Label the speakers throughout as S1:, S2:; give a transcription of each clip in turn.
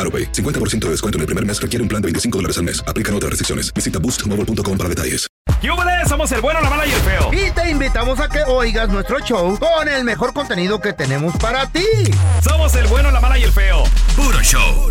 S1: AroPay. 50% de descuento en el primer mes requiere un plan de 25 dólares al mes. Aplican otras restricciones. Visita boostmobile.com para detalles.
S2: ¡Yúbales! Somos el bueno, la mala y el feo.
S3: Y te invitamos a que oigas nuestro show con el mejor contenido que tenemos para ti.
S2: Somos el bueno, la mala y el feo.
S4: Puro show.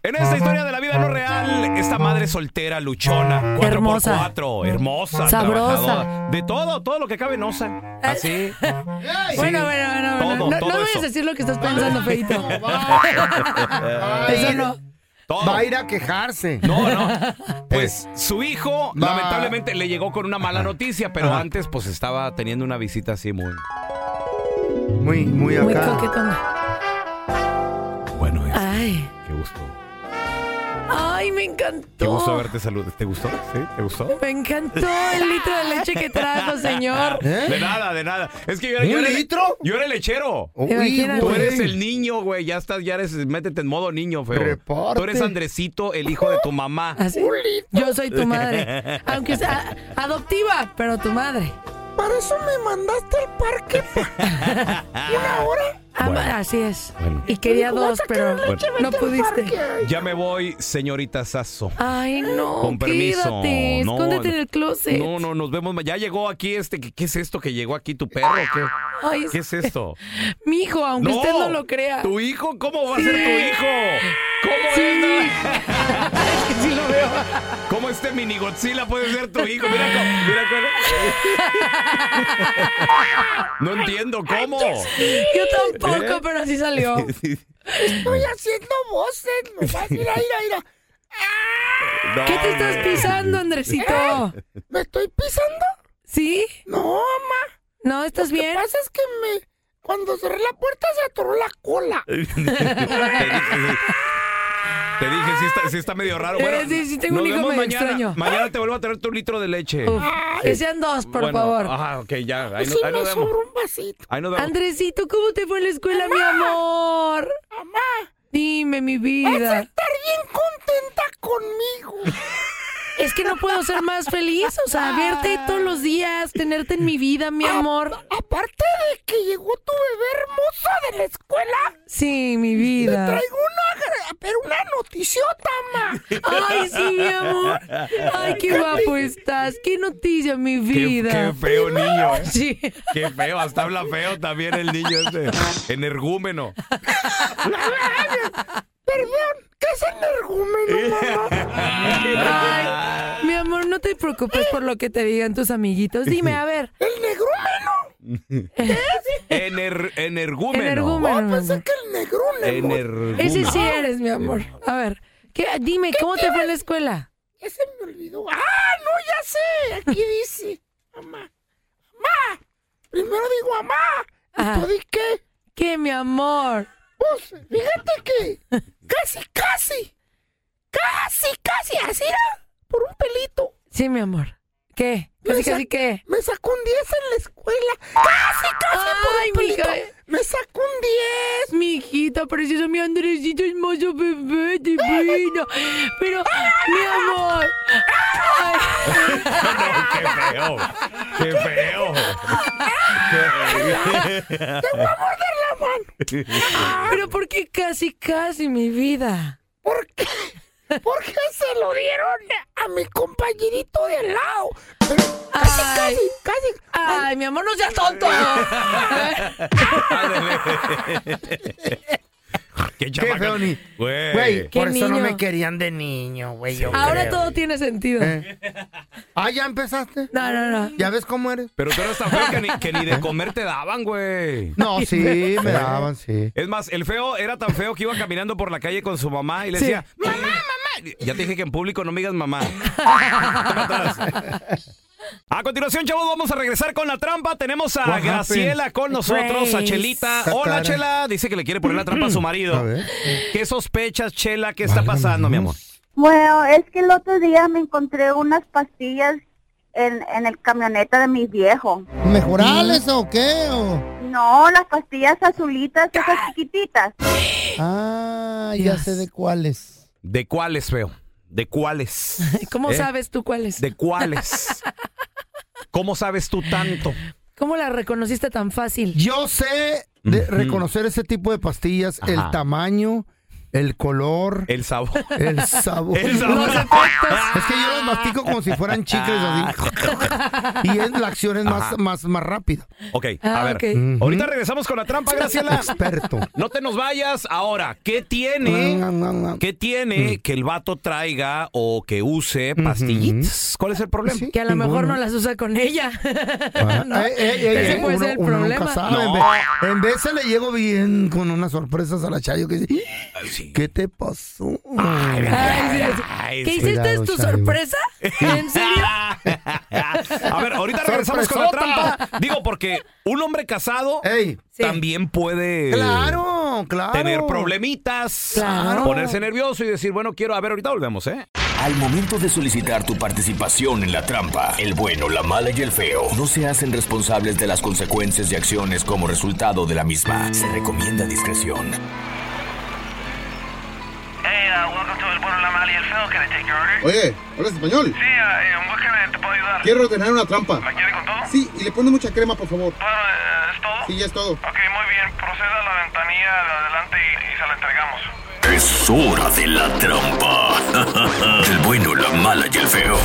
S2: En esta historia de la vida no real, esta madre soltera, luchona, cuatro
S5: Hermosa.
S2: por cuatro, hermosa,
S5: Sabrosa.
S2: trabajadora, de todo, todo lo que cabe en osa. Así.
S5: Bueno, bueno, bueno, bueno.
S2: Todo,
S5: no
S2: todo
S5: no vayas
S2: eso.
S5: a decir lo que estás pensando, Feito. Eso no.
S2: Todo.
S3: Va a ir a quejarse.
S2: No, no. Pues su hijo lamentablemente le llegó con una
S3: ah.
S2: mala noticia, pero antes pues estaba teniendo una visita así muy
S3: Muy, muy
S5: Muy
S3: acá.
S5: coquetón.
S2: bueno. es-
S5: Ay.
S2: Qué gusto.
S5: Ay, me encantó.
S2: Qué gusto verte salud. ¿Te gustó? ¿Sí? ¿Te gustó?
S5: Me encantó el litro de leche que trajo, señor.
S2: ¿Eh? De nada, de nada. Es que yo era,
S3: ¿Eh? ¿Un
S2: yo era-
S3: litro?
S2: yo era lechero.
S3: Uy,
S5: Imagínate.
S2: Tú
S3: güey.
S2: eres el niño, güey. Ya estás, ya eres, métete en modo niño, feo.
S3: Reparte.
S2: Tú eres Andresito, el hijo de tu mamá.
S5: Así. ¿Ah, Yo soy tu madre. Aunque sea adoptiva, pero tu madre. Para eso me mandaste al parque. ¿Una hora? Ah, Así es.
S2: Bueno.
S5: Y quería dos, pero no pudiste.
S2: Ya me voy, señorita Sasso.
S5: Ay, no.
S2: Con permiso.
S5: Quédate,
S2: No,
S5: escóndete
S2: no.
S5: en el closet.
S2: No, no, nos vemos. ma- Ya llegó aquí este. ¿Qué, qué es esto que llegó aquí tu perro? ¿Qué,
S5: Ay,
S2: qué es esto?
S5: Mi hijo, aunque usted no lo crea.
S2: ¿Tu hijo? ¿Cómo va
S5: Sí.
S2: a ser tu hijo? ¿Cómo
S5: Sí.
S2: es?
S5: Es que sí lo veo.
S2: ¿Cómo este mini Godzilla puede ser tu hijo? Mira cómo. Mira cómo- No entiendo cómo. ¿Eh?
S5: Yo tampoco, pero así salió.
S2: No,
S5: ¿Qué te estás pisando, Andresito?
S6: ¿Eh? ¿Me estoy pisando?
S5: ¿Sí?
S6: No, mamá.
S5: ¿No estás bien?
S6: es que me... Cuando cerré la puerta se atoró la cola.
S2: Eh, Te dije, te dije, sí está, sí está medio raro.
S5: Eh,
S2: Bueno,
S5: sí, sí, tengo un
S2: nos
S5: hijo
S2: vemos
S5: medio
S2: mañana.
S5: extraño.
S2: Mañana te vuelvo a traer tu litro de leche. Eh,
S5: Uf, que sean dos, por
S2: Bueno,
S5: favor.
S2: Ajá, ok, ya.
S6: Pues
S2: Ahí, no- ahí nos vemos.
S6: un vasito.
S2: Ahí nos vemos.
S5: Andresito, ¿cómo te fue en la escuela, mi amor?
S6: Mamá,
S5: Dime, mi vida.
S6: estar bien contenta conmigo.
S5: Es que no puedo ser más feliz. O sea, verte todos los días, tenerte en mi vida, mi amor.
S6: Aparte de que llegó tu bebé hermoso de la escuela,
S5: Sí, mi vida.
S6: traigo una, gra- pero una noticiota, ma.
S5: Ay, sí, mi amor. Ay, qué guapo estás. Qué noticia, mi
S2: Qué-
S5: vida.
S2: Qué, feo niño, ¿eh?
S5: Sí.
S2: Qué feo. Hasta habla feo también el niño ese. Energúmeno.
S6: Perdón, ¿qué es energúmeno, mamá?
S5: Ay, mi amor, no te preocupes por lo que te digan tus amiguitos. Dime, a ver.
S6: ¿El negrómeno? Oh,
S2: Ener- energúmeno.
S5: Energúmeno. mi amor.
S6: Pensé que el negrómeno.
S2: Energúmeno.
S5: Ese sí eres, mi amor. A ver, ¿qué- dime, ¿cómo te fue en la escuela?
S6: Ya se me olvidó. ¡Ah, no, ya sé! Aquí dice, mamá. ¡Mamá! Primero digo mamá. ¿Y tú di qué?
S5: ¿Qué, mi amor?
S6: Pues, fíjate que casi, casi, casi, casi, así era, por un pelito.
S5: Sí, mi amor. ¿Qué? Casi,
S6: sa-
S5: casi, ¿qué?
S6: Me sacó un 10 en la escuela. Casi, casi,
S5: Ay,
S6: por un
S5: mija.
S6: pelito. Me sacó un 10.
S5: Mi hijita preciosa, mi Andresito hermoso bebé divino. Pero, mi amor.
S7: ¡Qué feo! ¡Qué feo!
S6: Te voy a morder la mano.
S7: ¡Qué feo!
S5: Pero ¿por qué casi, casi, mi vida?
S6: ¿Por qué se lo dieron a mi compañerito de al lado? Pero casi, casi, casi.
S5: Ay, mi amor, no seas tonto.
S7: ¡Qué
S3: Qué
S7: chamaca!
S3: feo, ni-
S7: Güey.
S3: Güey,
S5: Qué
S3: por eso no
S5: niño.
S3: me querían de niño, güey. yo
S5: Ahora
S3: creo.
S5: todo tiene sentido.
S3: Ah, ya empezaste.
S5: Eh. No, no, no.
S3: ¿Ya ves cómo eres?
S2: Pero tú eras tan feo que ni, que ni de comer te daban, güey.
S3: No, sí,
S2: ¿Eh?
S3: me daban, sí.
S2: Es más, el feo era tan feo que iba caminando por la calle con su mamá y le
S3: Sí.
S2: decía, mamá, mamá. Ya te dije que en público no me digas mamá. A continuación, chavos, vamos a regresar con la trampa. Tenemos a
S7: What
S2: Graciela
S7: happened?
S2: con
S3: Pues,
S2: nosotros, a
S7: Grace.
S2: Chelita.
S7: Esa
S2: Hola,
S7: cara.
S2: Chela. Dice que le quiere poner la trampa a su marido. ¿Qué sospechas, Chela? ¿Qué está pasando, mi amor?
S8: Bueno, es que el otro día me encontré unas pastillas en, en el camioneta de mi viejo.
S3: ¿Mejorales o qué? O-
S8: No, las pastillas azulitas, esas chiquititas.
S3: Ah, ya sé de cuáles.
S2: ¿De cuáles, feo? ¿De cuáles?
S5: ¿Cómo
S2: ¿Eh?
S5: sabes tú cuáles?
S2: ¿De cuáles? ¿Cómo sabes tú tanto?
S5: ¿Cómo la reconociste tan fácil?
S3: Yo sé de reconocer ese tipo de pastillas, el
S2: Ajá.
S3: tamaño, el color,
S2: El sabor.
S3: el sabor.
S2: El sabor. Los
S3: es que yo los mastico como si fueran chicles así. Y es, la acción es
S2: Ah. Ajá.
S3: más, más, más rápida.
S2: Ok,
S3: Ah,
S2: a ver.
S3: ok.
S2: Ahorita regresamos con la trampa, Graciela. ¿Eh?
S3: Experto.
S2: No te nos vayas. Ahora, ¿qué tiene? ¿Qué
S3: Mm.
S2: tiene que el vato traiga o que use pastillitas? ¿Cuál es el problema?
S5: Que a lo mejor no las usa con ella. No,
S3: Eh, eh, eh,
S5: Ese
S3: eh,
S5: puede
S3: uno-
S5: ser el
S3: uno nunca
S5: problema.
S3: sabe. En,
S5: No.
S3: vez, en vez se le llego bien con unas sorpresas a la Chayo que dice, ¿qué te pasó?
S5: Ay, sí, sí. ¿Qué hiciste? ¿Es tu
S3: Cuidado, Chayo.
S5: sorpresa? ¿En serio?
S2: A ver, ahorita regresamos con la trampa. Digo, porque un hombre casado también puede
S3: Claro,
S5: Eh,
S3: claro.
S2: tener problemitas,
S3: Claro.
S2: ponerse nervioso y decir, bueno, quiero. A ver, ahorita volvemos, ¿eh?
S4: Al momento de solicitar tu participación en la trampa, el bueno, la mala y el feo no se hacen responsables de las consecuencias y acciones como resultado de la misma. Se recomienda discreción.
S9: Oye, ¿hablas español? Sí, eh, Quiero ordenar una trampa. ¿La quiere con todo? Sí, y le pone mucha crema, por favor. ¿Es todo? Sí, ya es todo.
S4: Es hora de la trampa. El bueno, la mala y el feo.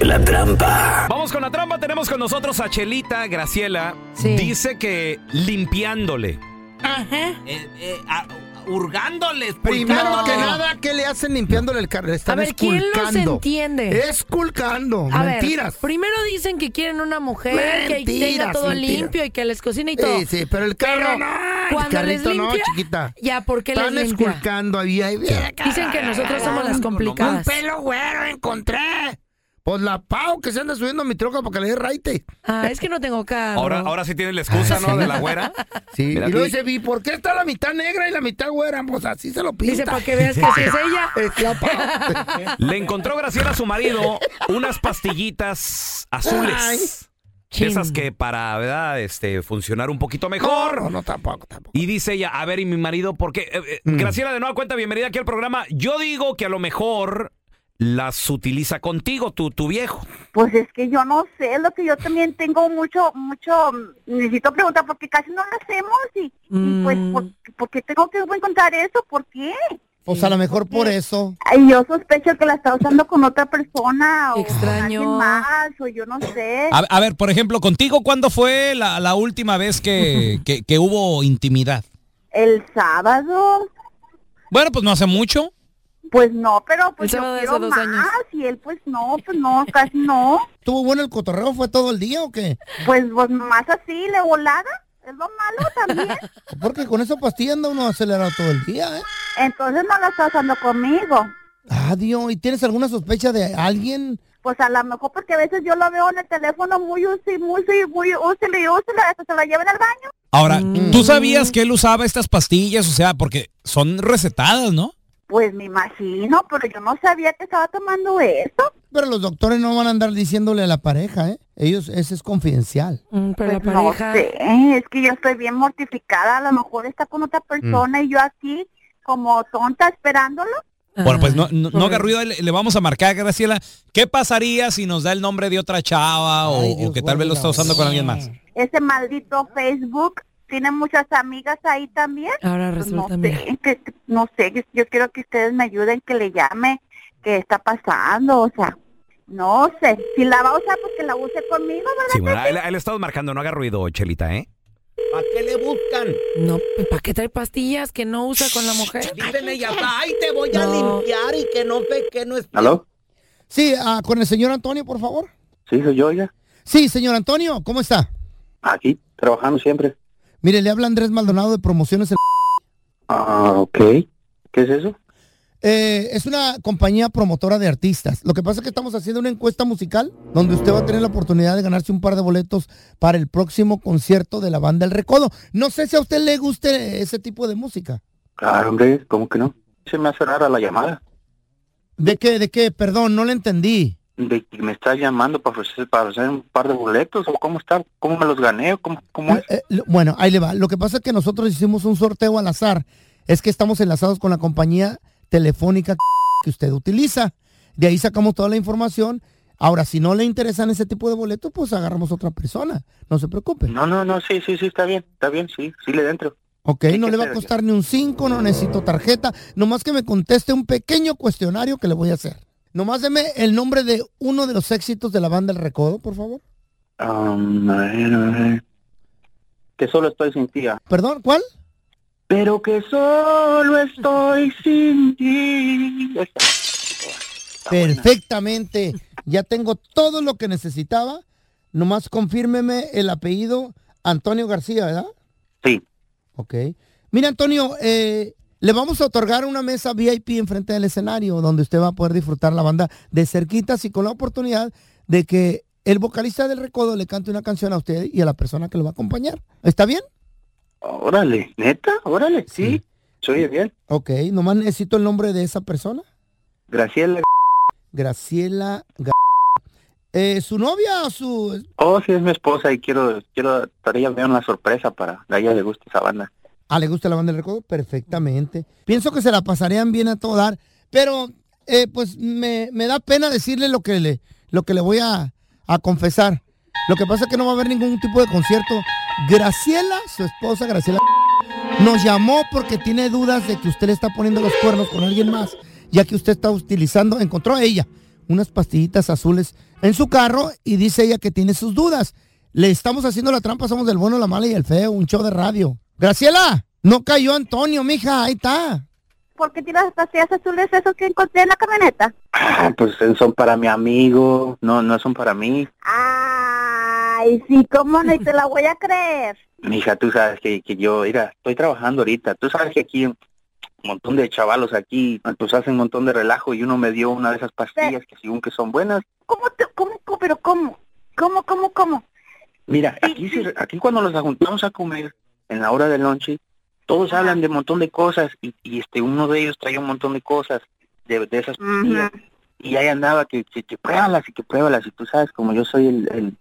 S4: La trampa.
S2: Vamos con la trampa. Tenemos con nosotros a Chelita Graciela. Dice que limpiándole.
S5: Ajá.
S2: Eh, ah, hurgándoles.
S3: Primero que
S2: pulcándoles.
S3: nada, ¿qué le hacen limpiándole el carro? Le están
S5: A ver, ¿quién los
S3: esculcando.
S5: entiende?
S3: Esculcando.
S5: A ver,
S3: Mentiras.
S5: primero dicen que quieren una mujer que
S3: Mentiras,
S5: tenga todo
S3: mentiras.
S5: limpio y que les cocine y todo.
S3: Sí, sí, pero el carro
S5: Pero
S3: no. el
S5: cuando
S3: carrito
S5: les
S3: no,
S5: limpia,
S3: chiquita.
S5: Ya, ¿por qué les
S3: Están
S5: limpia?
S3: esculcando ahí. ahí
S5: Dicen que nosotros somos las complicadas.
S3: Un pelo güero encontré. Pues la pau que se anda subiendo a mi troca para que le dé raite.
S5: Ah, es que no tengo carro.
S2: Ahora, ahora sí tiene la excusa, ¿no? De la güera.
S3: Sí,
S2: Mira,
S3: y luego
S2: y-
S3: dice, ¿y por qué está la mitad negra y la mitad güera? Pues así se lo pinta.
S5: Dice, para que veas que sí es ella.
S3: Es la pau.
S2: Le encontró Graciela a su marido unas pastillitas azules.
S5: Ay.
S2: Esas que para, ¿verdad? Este, funcionar un poquito mejor.
S3: No, no, tampoco, tampoco. Mm.
S2: Y dice ella, a ver, ¿y mi marido por qué? Eh, eh, Graciela, de nueva cuenta, bienvenida aquí al programa. Yo digo que a lo mejor las utiliza contigo, tu, tu viejo.
S8: Pues es que yo no sé, lo que yo también tengo mucho, mucho, mm, necesito preguntar porque casi no lo hacemos y, y pues, ¿por, por qué tengo que encontrar eso? ¿Por qué?
S3: Pues a lo mejor por eso.
S8: Ay, yo sospecho que la está usando con otra persona o
S5: Extraño.
S8: con alguien más o yo no sé.
S10: A, a ver, por ejemplo, contigo, ¿cuándo fue la, la última vez que, que- que hubo intimidad?
S8: El sábado,
S10: Bueno, pues no hace mucho.
S8: pues no, pero pues
S5: El
S8: yo
S5: sábado de hace
S8: quiero
S5: dos
S8: más
S5: años.
S8: y él pues no, pues no, casi no.
S3: ¿Tuvo bueno el cotorreo? ¿Fue todo el día o qué?
S8: Pues, pues más así, le volada, es lo malo también.
S3: Porque con esa pastilla anda uno acelerado todo el día, ¿eh?
S8: Entonces no la está usando conmigo.
S3: Ah, Dios, ¿y tienes alguna sospecha de alguien?
S8: pues a lo mejor porque a veces yo lo veo en el teléfono muy úsil, muy úsil, muy útil y útil, hasta se lo lleva en el baño.
S10: Ahora,
S3: Mm.
S10: ¿tú sabías que él usaba estas pastillas? O sea, porque son recetadas, ¿no?
S8: Pues me imagino, pero yo no sabía que estaba tomando eso.
S3: Pero los doctores no van a andar diciéndole a la pareja, ¿eh? Ellos, ese es confidencial.
S5: Mm,
S8: Pero pues, no sé, es que yo estoy bien mortificada, a lo mejor está con otra persona y yo aquí como tonta esperándolo.
S10: Bueno, pues no, no, no haga ruido, le, le vamos a marcar, Graciela. ¿Qué pasaría si nos da el nombre de otra chava o, o que tal vez lo está usando con alguien más?
S8: Ese maldito Facebook tiene muchas amigas ahí también.
S5: Ahora
S8: Pues
S5: resulta
S8: no sé, que- que- no sé, yo, yo quiero que ustedes me ayuden, que le llame, qué está pasando, o sea, no sé. Si la va a usar, pues que la use conmigo, ¿verdad?
S2: Sí, bueno, ahí, le- ahí le estamos marcando, no haga ruido, Chelita, ¿eh?
S5: ¿Para qué le buscan? No, ¿para qué trae pastillas que no usa con la mujer?
S11: Dicen ellas, ay, te voy a limpiar y que no ve que no es...
S12: ¿Aló?
S3: Sí, ah, con el señor Antonio, por favor.
S12: Sí, soy yo ya.
S3: Sí, señor Antonio, ¿cómo está?
S12: Aquí, trabajando siempre.
S3: Mire, le habla Andrés Maldonado de Promociones. El...
S12: Ah, ok. ¿Qué es eso?
S3: Eh, es una compañía promotora de artistas. Lo que pasa es que estamos haciendo una encuesta musical donde usted va a tener la oportunidad de ganarse un par de boletos para el próximo concierto de la banda El Recodo. No sé si a usted le guste ese tipo de música.
S12: Claro, Ah, hombre, ¿cómo que no? Se me hace rara la llamada.
S3: ¿De qué? ¿De qué? Perdón, no le entendí.
S12: ¿De que me estás llamando para ofrecer, para hacer un par de boletos? ¿O cómo está? ¿Cómo me los gané? ¿O ¿Cómo, cómo es?
S3: Eh, lo- bueno, ahí le va. Lo que pasa es que nosotros hicimos un sorteo al azar. Es que estamos enlazados con la compañía telefónica que usted utiliza. De ahí sacamos toda la información. Ahora, si no le interesan ese tipo de boletos, pues agarramos otra persona. No se preocupe.
S12: No, no, no, sí, sí, sí, está bien, está bien, sí, sí le dentro.
S3: Ok, no
S12: ¿qué
S3: le va a
S12: te-
S3: costar ni un 5, no necesito tarjeta. Nomás que me conteste un pequeño cuestionario que le voy a hacer. Nomás deme el nombre de uno de los éxitos de la banda El Recodo, por favor.
S12: Um, a ver, a ver. Que solo estoy sin tía.
S3: Perdón, ¿cuál?
S12: Pero que solo estoy sin ti.
S3: Perfectamente. Ya tengo todo lo que necesitaba. Nomás confírmeme el apellido Antonio García, ¿verdad?
S12: Sí.
S3: Ok. Mira, Antonio, eh, le vamos a otorgar una mesa VIP enfrente del escenario donde usted va a poder disfrutar la banda de cerquitas y con la oportunidad de que el vocalista del recodo le cante una canción a usted y a la persona que lo va a acompañar. ¿Está bien?
S12: Órale, neta, órale, sí. Se oye bien.
S3: Ok, nomás necesito el nombre de esa persona.
S12: Graciela.
S3: Graciela Ga- Eh, ¿Su novia o su...?
S12: Oh, sí, es mi esposa y quiero, quiero, para ella me da una sorpresa para a ella le gusta esa banda.
S3: Ah, ¿le gusta la banda del recodo? Perfectamente. Pienso que se la pasarían bien a todo dar, pero eh, pues me, me da pena decirle lo que le, lo que le voy a, a confesar. Lo que pasa es que no va a haber ningún tipo de concierto. Graciela, su esposa Graciela, nos llamó porque tiene dudas de que usted le está poniendo los cuernos con alguien más, ya que usted está utilizando, encontró ella unas pastillitas azules en su carro y dice ella que tiene sus dudas. Le estamos haciendo la trampa, somos del bueno, la mala y el feo, un show de radio. Graciela, no cayó Antonio, mija, ahí está.
S8: ¿Por qué tiras las pastillas azules esas que encontré en la camioneta?
S12: Ah, pues son para mi amigo, no, no son para mí.
S8: Ay, sí, cómo no, y te la voy a creer.
S12: Mija, tú sabes que, que yo, mira, estoy trabajando ahorita. Tú sabes que aquí un montón de chavalos aquí, pues hacen un montón de relajo y uno me dio una de esas pastillas que según que son buenas.
S8: ¿Cómo, te- cómo, cómo, pero cómo? ¿Cómo, cómo, cómo?
S12: Mira, aquí, se- aquí cuando nos juntamos a comer, en la hora del lonche, todos hablan de un montón de cosas y, y este uno de ellos trae un montón de cosas de, de esas pastillas. Y ahí andaba que, que, que pruébalas y que pruébalas. Y tú sabes, como yo soy el, el,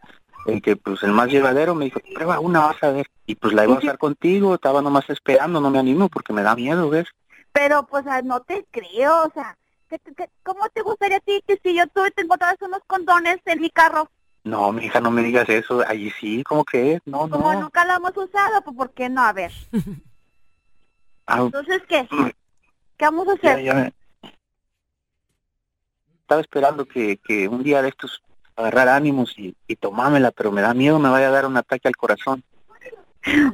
S12: el que, pues, el más llevadero, me dijo, prueba una, vas a ver. Y pues la iba a usar contigo, estaba nomás esperando, no me animo porque me da miedo, ¿ves?
S8: Pero, pues, ah, no te creo, o sea, ¿qué- qué- ¿cómo te gustaría a ti que si yo tuve, te encontrabas unos condones en mi carro?
S12: No, mija, no me digas eso. Allí sí, ¿cómo crees? No,
S8: Como
S12: no.
S8: nunca lo hemos usado, pues, ¿por qué no? A ver.
S12: Ah,
S8: Entonces, ¿qué? ¿Qué vamos a hacer?
S12: ya me- Estaba esperando que, que un día de estos agarrar ánimos y, y tomármela, pero me da miedo, me vaya a dar un ataque al corazón.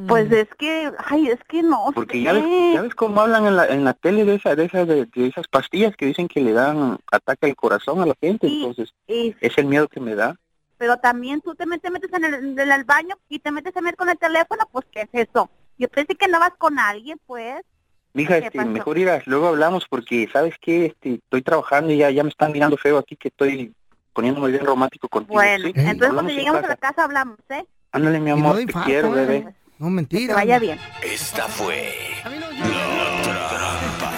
S8: Pues es que, ay, es que no.
S12: Porque ya ves, ya ves cómo hablan en la, en la tele de, esa, de, esas de, de esas pastillas que dicen que le dan ataque al corazón a la gente. Entonces,
S8: y-
S12: es el miedo que me da.
S8: Pero también tú te metes, metes en, el, en el baño y te metes a ver con el teléfono, pues, ¿qué es eso? Yo pensé que andabas con alguien, pues.
S12: Mija,
S8: ¿Qué
S12: este,
S8: pasó?
S12: mejor irás, luego hablamos porque, ¿sabes qué? Este, estoy trabajando y ya, ya me están mirando feo aquí que estoy poniéndome bien romántico contigo.
S8: Bueno,
S12: sí.
S8: entonces
S12: Hablamos
S8: cuando
S12: en
S8: llegamos a
S12: casa.
S8: la casa hablamos, ¿eh?
S12: Ándale, mi amor, te quiero, bebé.
S3: No, mentira.
S8: Que te vaya bien.
S13: ¿eh? Esta fue la trampa.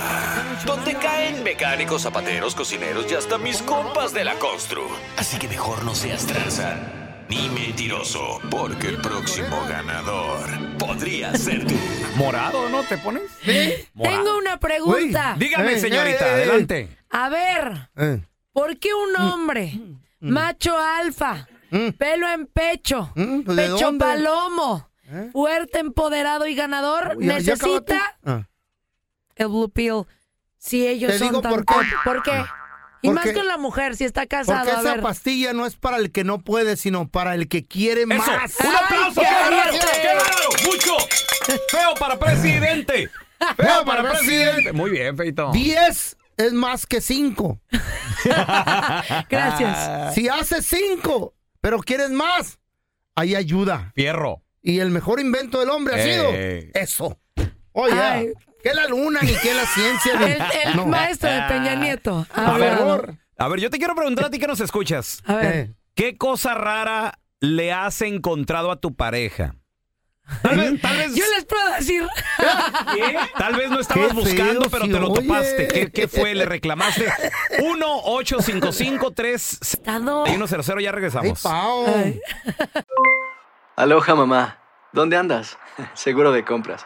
S13: Donde caen mecánicos, zapateros, cocineros y hasta mis compas de la constru. Así que mejor no seas tranza ni mentiroso, porque el próximo ganador podría ser tú.
S2: Morado, ¿no? ¿Te pones? Morado.
S5: Tengo una pregunta.
S2: Uy, dígame,
S5: Eh,
S2: señorita,
S5: eh, eh,
S2: adelante.
S5: A ver,
S3: Eh.
S5: ¿por qué un
S3: Mm.
S5: hombre, macho alfa, pelo en pecho,
S3: pues, ¿de
S5: pecho
S3: dónde? ¿Eh?
S5: palomo, fuerte, empoderado y ganador,
S3: Ya- ya
S5: necesita
S3: acabaste. Ah.
S5: el blue pill si ellos
S3: Te
S5: son
S3: digo
S5: tan
S3: por qué.
S5: top? ¿Por qué? Y
S3: Porque-
S5: más con la mujer, si está
S3: Porque
S5: casada. A
S3: esa
S5: ver.
S3: pastilla no es para el que no puede, sino para el que quiere más.
S2: ¡Un aplauso! ¡Qué
S3: Ay,
S2: bárbaro!
S3: qué-
S2: ¡Qué bárbaro! ¡Mucho! ¡Feo para presidente! ¡Feo para
S3: para
S2: presidente!
S3: presidente.
S2: Muy bien, Feito.
S3: 10 es más que 5.
S2: Gracias.
S3: Ah. Si haces 5, pero quieres más, hay ayuda.
S2: Fierro. Eh.
S3: Y el mejor invento del hombre ha sido
S2: Ey.
S3: eso. Oye,
S5: Ay.
S3: que la luna ni que la ciencia. ni-
S5: El, el
S3: No.
S5: maestro de Peña Nieto.
S2: A
S5: Ah,
S2: ver,
S5: bueno.
S2: a ver, yo te quiero preguntar a ti que nos escuchas.
S5: A ver.
S2: ¿Qué cosa rara le has encontrado a tu pareja?
S5: Yo les puedo decir.
S2: Tal vez no estabas
S5: Qué feo
S2: buscando, pero
S5: se
S2: te lo
S5: oye.
S2: topaste. ¿Qué, qué fue? ¿Le reclamaste? 1-855-3... ya regresamos.
S14: Aloha mamá, ¿dónde andas? Seguro de compras.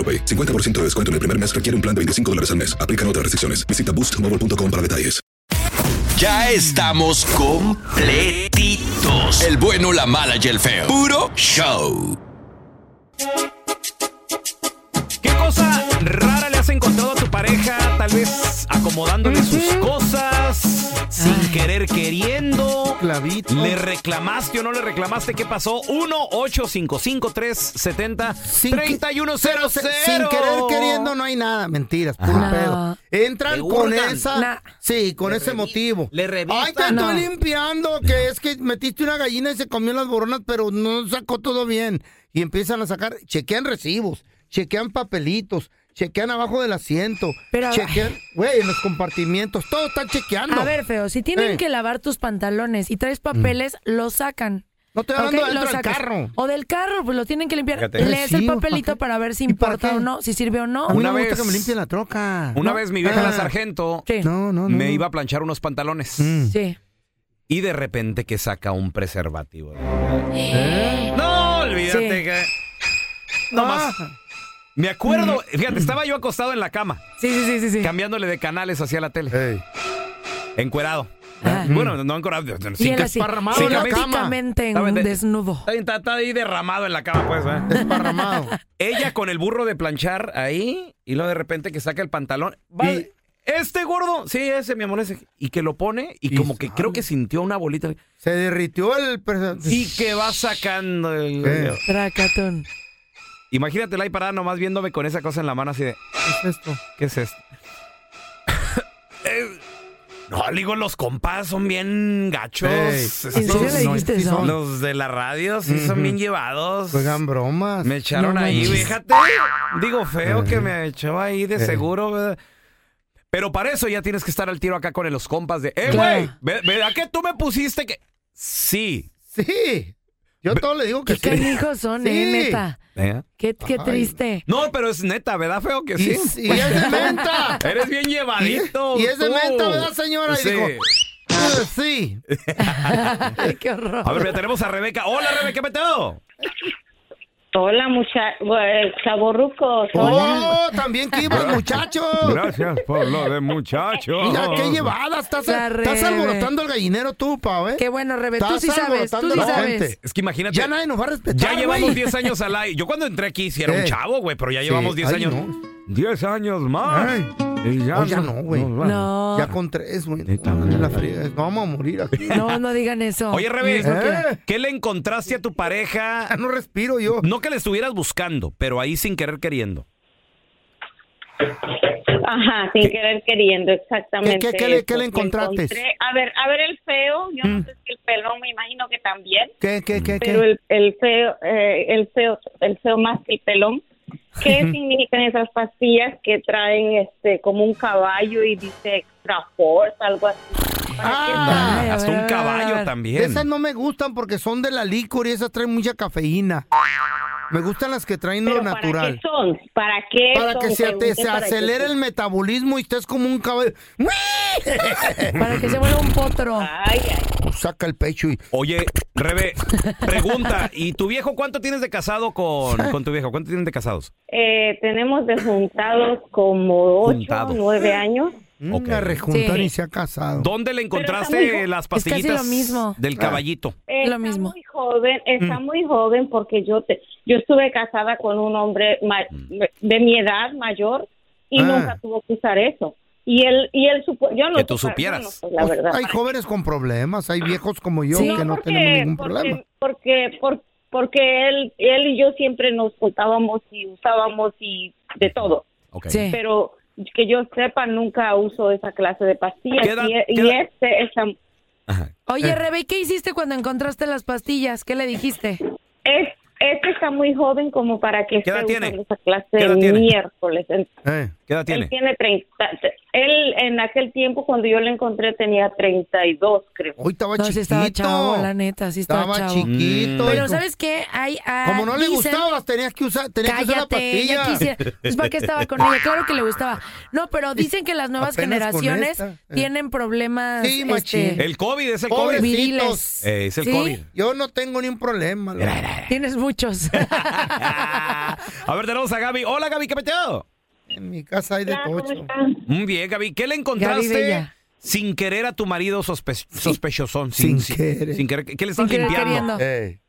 S1: 50% de descuento en el primer mes requiere un plan de 25 dólares al mes. Aplican otras restricciones. Visita boostmobile.com para detalles.
S13: Ya estamos completitos. El bueno, la mala y el feo. Puro show.
S2: ¿Qué cosa rara le has encontrado a tu pareja? Tal vez acomodándole sus cosas, sin querer queriendo.
S3: Clavito.
S2: ¿Le reclamaste o no le reclamaste? ¿Qué pasó? 1-855-370-3100.
S3: Sin querer queriendo no hay nada, mentiras, puro
S2: Ajá.
S3: pedo. Entran
S2: Te
S3: con
S2: hurgan.
S3: esa,
S2: Nah.
S3: sí, con ese motivo.
S2: le revisan.
S3: Ay, te
S2: No.
S3: estoy limpiando, que es que metiste una gallina y se comió las boronas, pero no sacó todo bien. Y empiezan a sacar, chequean recibos, chequean papelitos, chequean abajo del asiento, chequean, güey, en los compartimientos, todo está chequeando.
S5: A ver, feo, si tienen
S3: Eh.
S5: que lavar tus pantalones y traes papeles,
S2: Mm.
S5: los sacan.
S3: No estoy hablando
S5: ¿Ok?
S3: adentro
S5: Los
S3: del
S5: sacas.
S3: carro.
S5: O del carro, pues lo tienen que limpiar.
S2: Fíjate.
S5: Lees el
S2: Recibo,
S5: papelito para ver si importa o no, si sirve o no.
S2: A mí no me Una gusta vez- que me
S3: limpien la troca.
S2: Una
S3: No.
S2: vez mi vieja,
S3: Ah.
S2: la sargento, me iba a planchar unos pantalones.
S3: Mm.
S5: Sí.
S2: Y de repente que saca un preservativo.
S7: No,
S2: olvídate que- No más.
S5: Ah.
S2: Me acuerdo, fíjate, estaba yo acostado en la cama.
S5: Mm. Sí, sí, sí, sí.
S2: Cambiándole de canales hacia la tele. Encuerado. Mm. Bueno, no encuerado.
S5: Ah. Y
S2: Sin
S5: él así,
S2: desparramado en la cama.
S5: eróticamente en
S2: Está bien,
S5: un
S2: de-
S5: desnudo.
S2: Está, bien, está- está ahí derramado en la cama, pues, ¿verdad? Desparramado. Ella con el burro de planchar ahí y luego de repente que saca el pantalón. Va- Este gordo, sí, ese, mi amor, ese. Y que lo pone y, como que creo que sintió una bolita.
S3: Se derritió el...
S2: Y que va sacando el...
S3: Eh.
S5: Tracatón.
S2: Imagínatela ahí parada nomás viéndome con esa cosa en la mano así de...
S3: ¿Qué es esto?
S2: ¿Qué es esto? No, le digo, los compas son bien gachos.
S3: Ey,
S2: Estos-
S3: ¿en serio le dijiste
S2: sí
S3: eso?
S2: son- Los de la radio sí son
S3: Ujú.
S2: bien llevados.
S3: Juegan bromas.
S2: Me echaron
S3: No
S2: ahí,
S3: manches.
S2: fíjate. Digo, feo que me echó ahí de
S3: Eh.
S2: seguro. ¿verdad? Pero para eso ya tienes que estar al tiro acá con los compas de, eh,
S3: Claro.
S2: güey, ve- ¿verdad que tú me pusiste que...? Sí.
S3: Sí. Yo todo le digo que
S5: Qué hijos son, eh, neta.
S2: ¿Eh?
S5: Qué, qué
S2: Ay.
S5: triste.
S2: No, pero es neta, ¿verdad, feo que sí?
S3: y es de menta.
S2: Eres bien llevadito.
S3: Y es de
S2: tú.
S3: menta, ¿verdad, señora? Y
S2: Sí.
S3: dijo, "Ah, Sí.
S5: qué horror.
S2: A ver, ya tenemos a Rebeca. Hola, Rebeca, Meteo.
S15: Hola, mucha... eh, bueno, chavorrucos.
S3: Oh, también que ibas, muchacho.
S2: Gracias por lo de muchacho.
S3: Oh. Mira, qué
S2: Oh.
S3: llevada. Estás,
S5: La
S3: estás
S5: Rebe.
S3: alborotando el gallinero tú, Pau, ¿eh?
S5: Qué bueno, Rebe, tú
S3: Estás
S5: sí sabes, tú
S3: alborotando
S5: sí
S3: la
S5: sabes.
S3: gente.
S2: Es que imagínate.
S3: Ya nadie nos va a respetar,
S2: Ya llevamos
S3: güey.
S2: 10 años al aire. Yo cuando entré aquí sí era un
S3: Eh.
S2: chavo, güey, pero ya
S3: Sí.
S2: llevamos 10
S3: Ay,
S2: años.
S3: no.
S2: 10 años más. Y
S3: No, ya no, güey.
S2: nos vamos.
S3: Ya con tres, güey. No, la friega. No vamos a morir aquí.
S5: No, no digan eso.
S2: Oye, Rebe,
S5: Dios no quiera.
S2: ¿eh? ¿qué le encontraste a tu pareja?
S3: no respiro yo.
S2: No que le estuvieras buscando, pero ahí sin querer queriendo.
S15: Ajá, sin querer queriendo, exactamente.
S2: ¿Qué- qué- qué le-
S15: eso.
S2: qué le
S15: Este, pues, Me
S2: encontraste? Mm.
S15: encontré- A ver, a ver el feo, yo no sé si el pelón, me imagino que también.
S3: ¿Qué, qué, qué?
S15: Pero el, el feo, eh, el feo, el feo más que el pelón. ¿Qué significan esas pastillas que traen este como un caballo y dice extra force, algo así?
S3: Ah,
S2: hasta un caballo
S3: De
S2: también.
S3: esas no me gustan porque son de la licor y esas traen mucha cafeína. Me gustan las que traen lo
S15: ¿Para
S3: natural.
S15: qué son? ¿Para qué
S3: Para que
S15: son?
S3: se, te,
S15: Pregunté,
S3: se
S15: ¿para qué
S3: acelere
S15: son?
S3: el metabolismo y estés como un caballo.
S5: Para que se vuelva un potro.
S3: Saca el pecho y.
S2: Oye, Rebe, pregunta, ¿y tu viejo cuánto tienes de casado con, con tu viejo? ¿Cuánto tienen de casados?
S15: Eh, tenemos de juntados como ocho,
S2: Juntados.
S15: nueve años.
S3: Una rejuntar
S15: Sí.
S3: y se ha casado.
S2: ¿Dónde le
S15: Pero está
S2: encontraste
S15: muy-
S2: las
S15: es casi lo
S2: pastillitas
S15: mismo.
S3: Ah.
S2: del caballito?
S15: Está muy joven, está
S5: Mm.
S15: muy joven porque yo te, yo estuve casada con un hombre ma-
S5: Mm.
S15: de mi edad mayor y
S3: Ah.
S15: nunca tuvo que usar eso. Y él y él supo, yo no supe- yo no sé, la
S3: Pues,
S15: verdad.
S3: Hay jóvenes con problemas, hay viejos como yo
S15: Sí.
S3: que no tenemos ningún problema.
S15: Porque por- porque él él y yo siempre nos contábamos y usábamos y de todo.
S5: Sí.
S15: Pero que yo sepa nunca uso esa clase de pastillas
S5: ¿Qué edad-
S15: y,
S5: qué
S15: y
S5: edad-
S15: este esta-
S5: Oye,
S15: Eh.
S5: Rebe, ¿qué hiciste cuando encontraste las pastillas? ¿Qué le dijiste?
S15: es este está muy joven como para que esté
S5: edad tiene?
S15: usando esa clase
S5: ¿Qué edad
S15: de
S5: tiene?
S15: miércoles. En-
S3: Eh.
S2: ¿Qué edad
S15: Él tiene 30. Él en aquel tiempo cuando yo le encontré tenía 32, creo.
S3: Hoy estaba
S5: No, sí estaba chavo, la neta, sí estaba,
S3: Estaba
S5: chavo.
S15: Mm.
S3: chiquito.
S5: Pero
S3: Y-
S5: ¿sabes qué? Hay, ah,
S3: Como no le
S5: dicen-
S3: gustabas, tenías que usar, tenías que usar la
S5: Cállate, ya
S3: pastilla.
S5: quisiera. Pues, ¿para qué estaba con ella? Claro que le gustaba. No, pero dicen que las nuevas
S3: Apenas con
S5: generaciones
S3: esta, eh.
S5: tienen problemas.
S3: Sí, machín. Oh
S5: este,
S2: El COVID, es el
S3: Pobrecitos.
S5: Viriles.
S2: COVID. Eh, es el
S5: Sí.
S2: COVID.
S3: Yo no tengo ni un problema. loco.
S5: Tienes muchos.
S2: A ver, tenemos a Gaby. Hola, Gaby, ¿qué peteo?
S3: En mi casa hay de tocho.
S2: Muy bien, Gaby. ¿Qué le
S3: Gaby
S2: encontraste
S3: Bella.
S2: sin querer a tu marido sospe sospechosón? Sin, sin- sin querer. ¿Qué le
S15: Sin
S2: estás
S15: querer queriendo.
S2: limpiando?
S3: Eh.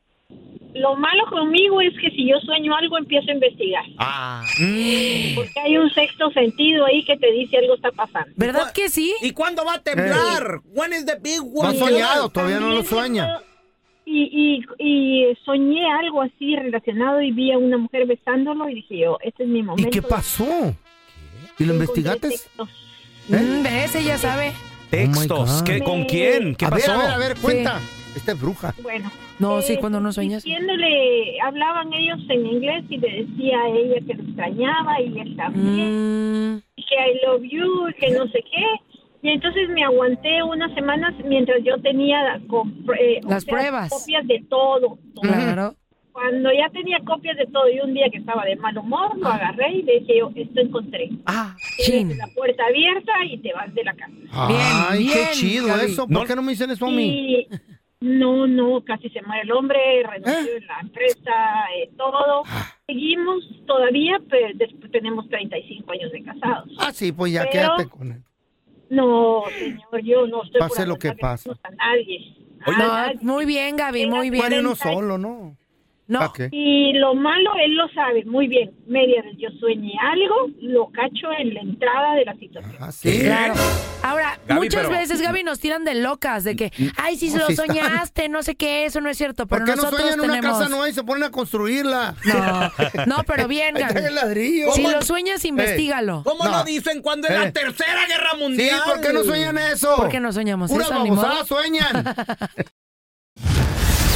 S15: Lo malo conmigo es que si yo sueño algo empiezo a investigar.
S2: Ah.
S15: Porque hay un sexto sentido ahí que te dice algo está pasando. Eh.
S5: ¿Verdad que sí?
S2: ¿Y cuándo va a
S15: temblar?
S2: When is the big
S3: No ha soñado, todavía no lo sueña.
S16: Y, y, y soñé algo así relacionado y vi a una mujer besándolo y dije yo, este es mi momento.
S3: ¿Y qué pasó? ¿Y lo investigaste?
S2: ¿Eh?
S5: Mm, ¿Ves? Ella sabe.
S2: Textos.
S3: Oh God.
S2: ¿Qué, ¿Con quién? ¿Qué
S3: a
S2: pasó?
S3: Ver, a ver, a ver, cuenta. Esta es bruja.
S16: Bueno.
S5: No,
S16: eh,
S5: sí, cuando no sueñas.
S16: Diciéndole, hablaban ellos en inglés y le decía a ella que lo extrañaba y él
S5: Mm.
S16: también. Que I love you, que no sé qué. Y entonces me aguanté unas semanas mientras yo tenía co- eh, o
S5: Las
S16: sea,
S5: pruebas.
S16: copias de todo.
S5: Claro.
S16: Cuando ya tenía copias de todo y un día que estaba de mal humor, lo agarré y le dije yo, esto encontré.
S5: Ah,
S16: Tienes la puerta abierta y te vas de la casa.
S3: Ay,
S16: bien,
S3: qué chido
S16: Gaby.
S3: eso. ¿Por
S16: No-
S3: qué no me dicen eso a mí?
S16: Y- no, no, casi se muere el hombre,
S3: ¿Eh?
S16: renunció en la empresa, eh, todo.
S3: Ah.
S16: Seguimos todavía, pero después tenemos 35 años de casados.
S3: Ah, sí, pues ya
S16: Pero-
S3: quédate con él.
S16: No, señor, yo no estoy
S3: Pase
S16: por
S3: lo que
S16: aguantar
S3: pase.
S16: a nadie.
S5: No, muy bien, Gaby, muy bien.
S3: Bueno, uno solo, ¿no? ¿Para qué?
S16: Y lo malo, él lo sabe muy bien. Media vez yo sueñe algo, lo cacho en la entrada de la situación.
S3: Ah, sí.
S5: Ahora,
S3: Gaby,
S2: Gaby,
S5: Muchas
S2: pero-
S5: veces, Gaby, nos tiran de locas, de que, ay, si
S3: No,
S5: lo
S3: sí está.
S5: soñaste, no sé qué, eso no es cierto. Pero
S3: ¿Por qué no
S5: nosotros
S3: sueñan una
S5: tenemos-
S3: casa nueva y se ponen a construirla?
S5: No, no, pero bien,
S3: Ahí está
S5: Gaby.
S3: el ladrillo.
S5: Si
S3: ¿Cómo?
S5: lo sueñas,
S3: Eh,
S5: investigalo.
S3: ¿cómo no No. dicen cuándo es la Eh.
S2: Tercera Guerra
S3: Sí, ¿por qué no sueñan eso?
S5: Porque no soñamos
S3: Puras
S5: eso, ni modo.
S3: babosadas sueñan.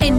S17: En